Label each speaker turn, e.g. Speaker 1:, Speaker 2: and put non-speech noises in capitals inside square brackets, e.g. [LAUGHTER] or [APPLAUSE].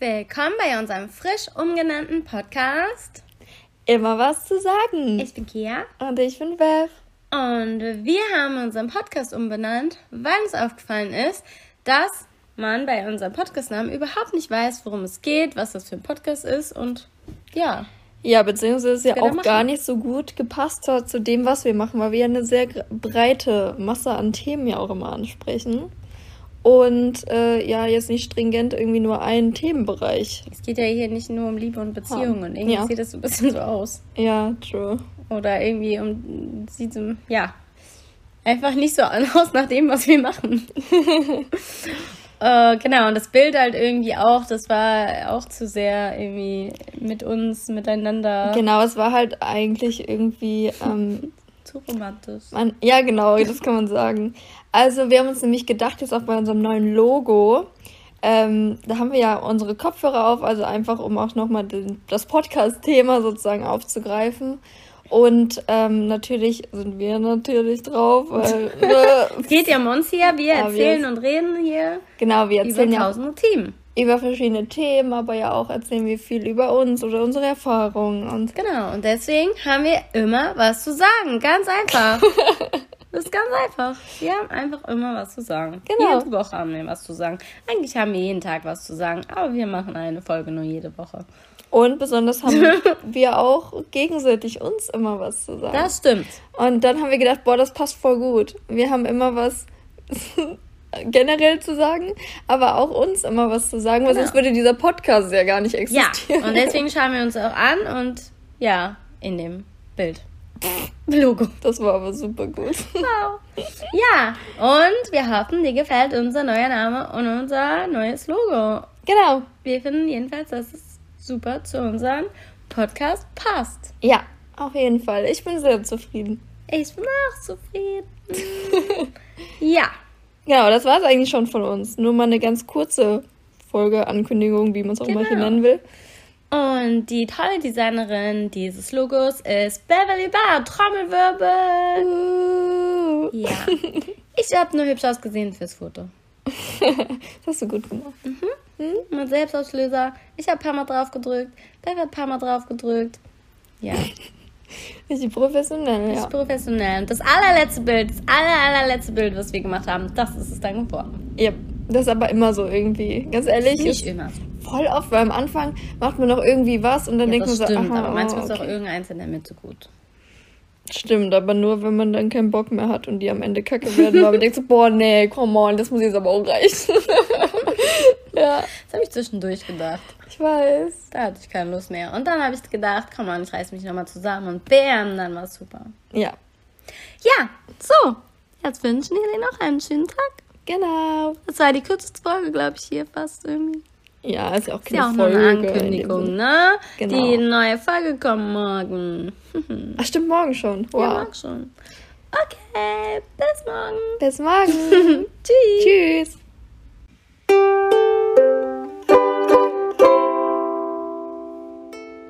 Speaker 1: Willkommen bei unserem frisch umgenannten Podcast.
Speaker 2: Immer was zu sagen.
Speaker 1: Ich bin Kia
Speaker 2: und ich bin Bev.
Speaker 1: und wir haben unseren Podcast umbenannt, weil uns aufgefallen ist, dass man bei unserem Podcastnamen überhaupt nicht weiß, worum es geht, was das für ein Podcast ist und ja.
Speaker 2: Ja, beziehungsweise es ja
Speaker 1: wir da
Speaker 2: auch gar
Speaker 1: machen.
Speaker 2: nicht so gut gepasst hat zu dem, was wir machen, weil wir ja eine sehr gr- breite Masse an Themen ja auch immer ansprechen. Und äh, ja, jetzt nicht stringent irgendwie nur einen Themenbereich.
Speaker 1: Es geht ja hier nicht nur um Liebe und Beziehungen und irgendwie
Speaker 2: Ja.
Speaker 1: sieht das so ein bisschen so aus.
Speaker 2: Ja, true.
Speaker 1: Oder irgendwie um sieht so, ja. Einfach nicht so [LAUGHS] aus nach dem, was wir
Speaker 2: [LAUGHS]
Speaker 1: machen. äh, genau, und das Bild halt irgendwie auch, das war auch zu sehr irgendwie mit uns, miteinander
Speaker 2: Genau, es war halt eigentlich irgendwie ähm,
Speaker 1: zu romantisch.
Speaker 2: Man, ja, genau, das kann man sagen. Also, wir haben uns nämlich gedacht, jetzt auch bei unserem neuen Logo, ähm, da haben wir ja unsere Kopfhörer auf, also einfach, um auch nochmal das Podcast-Thema sozusagen aufzugreifen. Und ähm, natürlich sind wir natürlich drauf, weil, ne,
Speaker 1: Seht ihr uns hier? Wir
Speaker 2: Ja, wir-
Speaker 1: erzählen und reden hier
Speaker 2: genau, wir
Speaker 1: über
Speaker 2: erzählen ja auch
Speaker 1: tausende Themen.
Speaker 2: über verschiedene Themen, aber ja auch erzählen wir viel über uns oder unsere Erfahrungen. Und
Speaker 1: Genau, und deswegen haben wir immer was zu sagen. Ganz einfach. das ist ganz einfach. Wir haben einfach immer was zu sagen.
Speaker 2: Genau.
Speaker 1: Jede Woche haben wir was zu sagen. Eigentlich haben wir jeden Tag was zu sagen, aber wir machen eine Folge nur jede Woche.
Speaker 2: Und besonders haben wir auch gegenseitig uns immer was zu sagen.
Speaker 1: Das stimmt.
Speaker 2: Und dann haben wir gedacht, boah, das passt voll gut. Wir haben immer was [LAUGHS] generell zu sagen, aber auch uns immer was zu sagen, weil
Speaker 1: Genau.
Speaker 2: sonst würde dieser Podcast ja gar nicht
Speaker 1: Ja,
Speaker 2: existieren.
Speaker 1: und deswegen schauen wir uns auch an und ja, in dem Bild. Logo.
Speaker 2: Das war aber super gut. [LAUGHS]
Speaker 1: Wow. Ja, und wir hoffen, dir gefällt unser neuer Name und unser neues Logo.
Speaker 2: genau.
Speaker 1: Wir finden jedenfalls, dass es super zu unserem Podcast passt.
Speaker 2: Ja, auf jeden Fall. Ich bin sehr zufrieden.
Speaker 1: Ich bin auch
Speaker 2: [LAUGHS]
Speaker 1: zufrieden. ja,
Speaker 2: Genau, das war es eigentlich schon von uns. Nur mal eine ganz kurze Folgeankündigung, wie man es auch immer hier
Speaker 1: Genau.
Speaker 2: nennen will.
Speaker 1: und die tolle Designerin dieses Logos ist Beverly Barr. Trommelwirbel.
Speaker 2: Uh, [LAUGHS]
Speaker 1: Ja. Ich habe nur hübsch ausgesehen fürs Foto.
Speaker 2: Das hast du gut gemacht.
Speaker 1: Mein Selbstauslöser. Ich habe ein paar Mal drauf gedrückt. Beverly hat ein paar Mal drauf gedrückt. Ja,
Speaker 2: Richtig professionell,
Speaker 1: das
Speaker 2: ja.
Speaker 1: ist professionell. Und das allerletzte Bild, das aller, allerletzte Bild, was wir gemacht haben, das ist es dann geworden.
Speaker 2: ja. Das ist aber immer so irgendwie. Ganz ehrlich, es-
Speaker 1: Nicht immer.
Speaker 2: voll oft, weil am Anfang macht man noch irgendwie was und dann
Speaker 1: Ja,
Speaker 2: denkt man
Speaker 1: das
Speaker 2: so,
Speaker 1: stimmt,
Speaker 2: aha,
Speaker 1: aber manchmal ist auch
Speaker 2: okay.
Speaker 1: irgendeins in der Mitte gut.
Speaker 2: Stimmt, aber nur, wenn man dann keinen Bock mehr hat und die am Ende kacke werden, weil man denkt so, [LAUGHS] boah, nee, come on, das muss jetzt aber auch reichen. [LAUGHS] ja,
Speaker 1: Das habe ich zwischendurch gedacht.
Speaker 2: ich weiß.
Speaker 1: Da hatte ich keine Lust mehr. Und dann habe ich gedacht, komm on, ich reiß mich nochmal zusammen und bam, dann war es super.
Speaker 2: Ja,
Speaker 1: Ja, so. Jetzt wünschen wir dir noch einen schönen Tag.
Speaker 2: genau.
Speaker 1: Das war die kürzeste Folge, glaube ich, hier fast irgendwie.
Speaker 2: Ja, ist ja auch
Speaker 1: Ist
Speaker 2: keine
Speaker 1: ja auch noch
Speaker 2: Folge.
Speaker 1: eine
Speaker 2: in dem
Speaker 1: Ankündigung,
Speaker 2: Sinne.
Speaker 1: ne?
Speaker 2: Genau.
Speaker 1: Die neue Folge kommt morgen. [LAUGHS]
Speaker 2: Ach, stimmt, morgen schon. Wow.
Speaker 1: Ja, morgen [LAUGHS] schon. Okay, bis morgen.
Speaker 2: Bis morgen. [LAUGHS]
Speaker 1: Tschüss.
Speaker 2: Tschüss.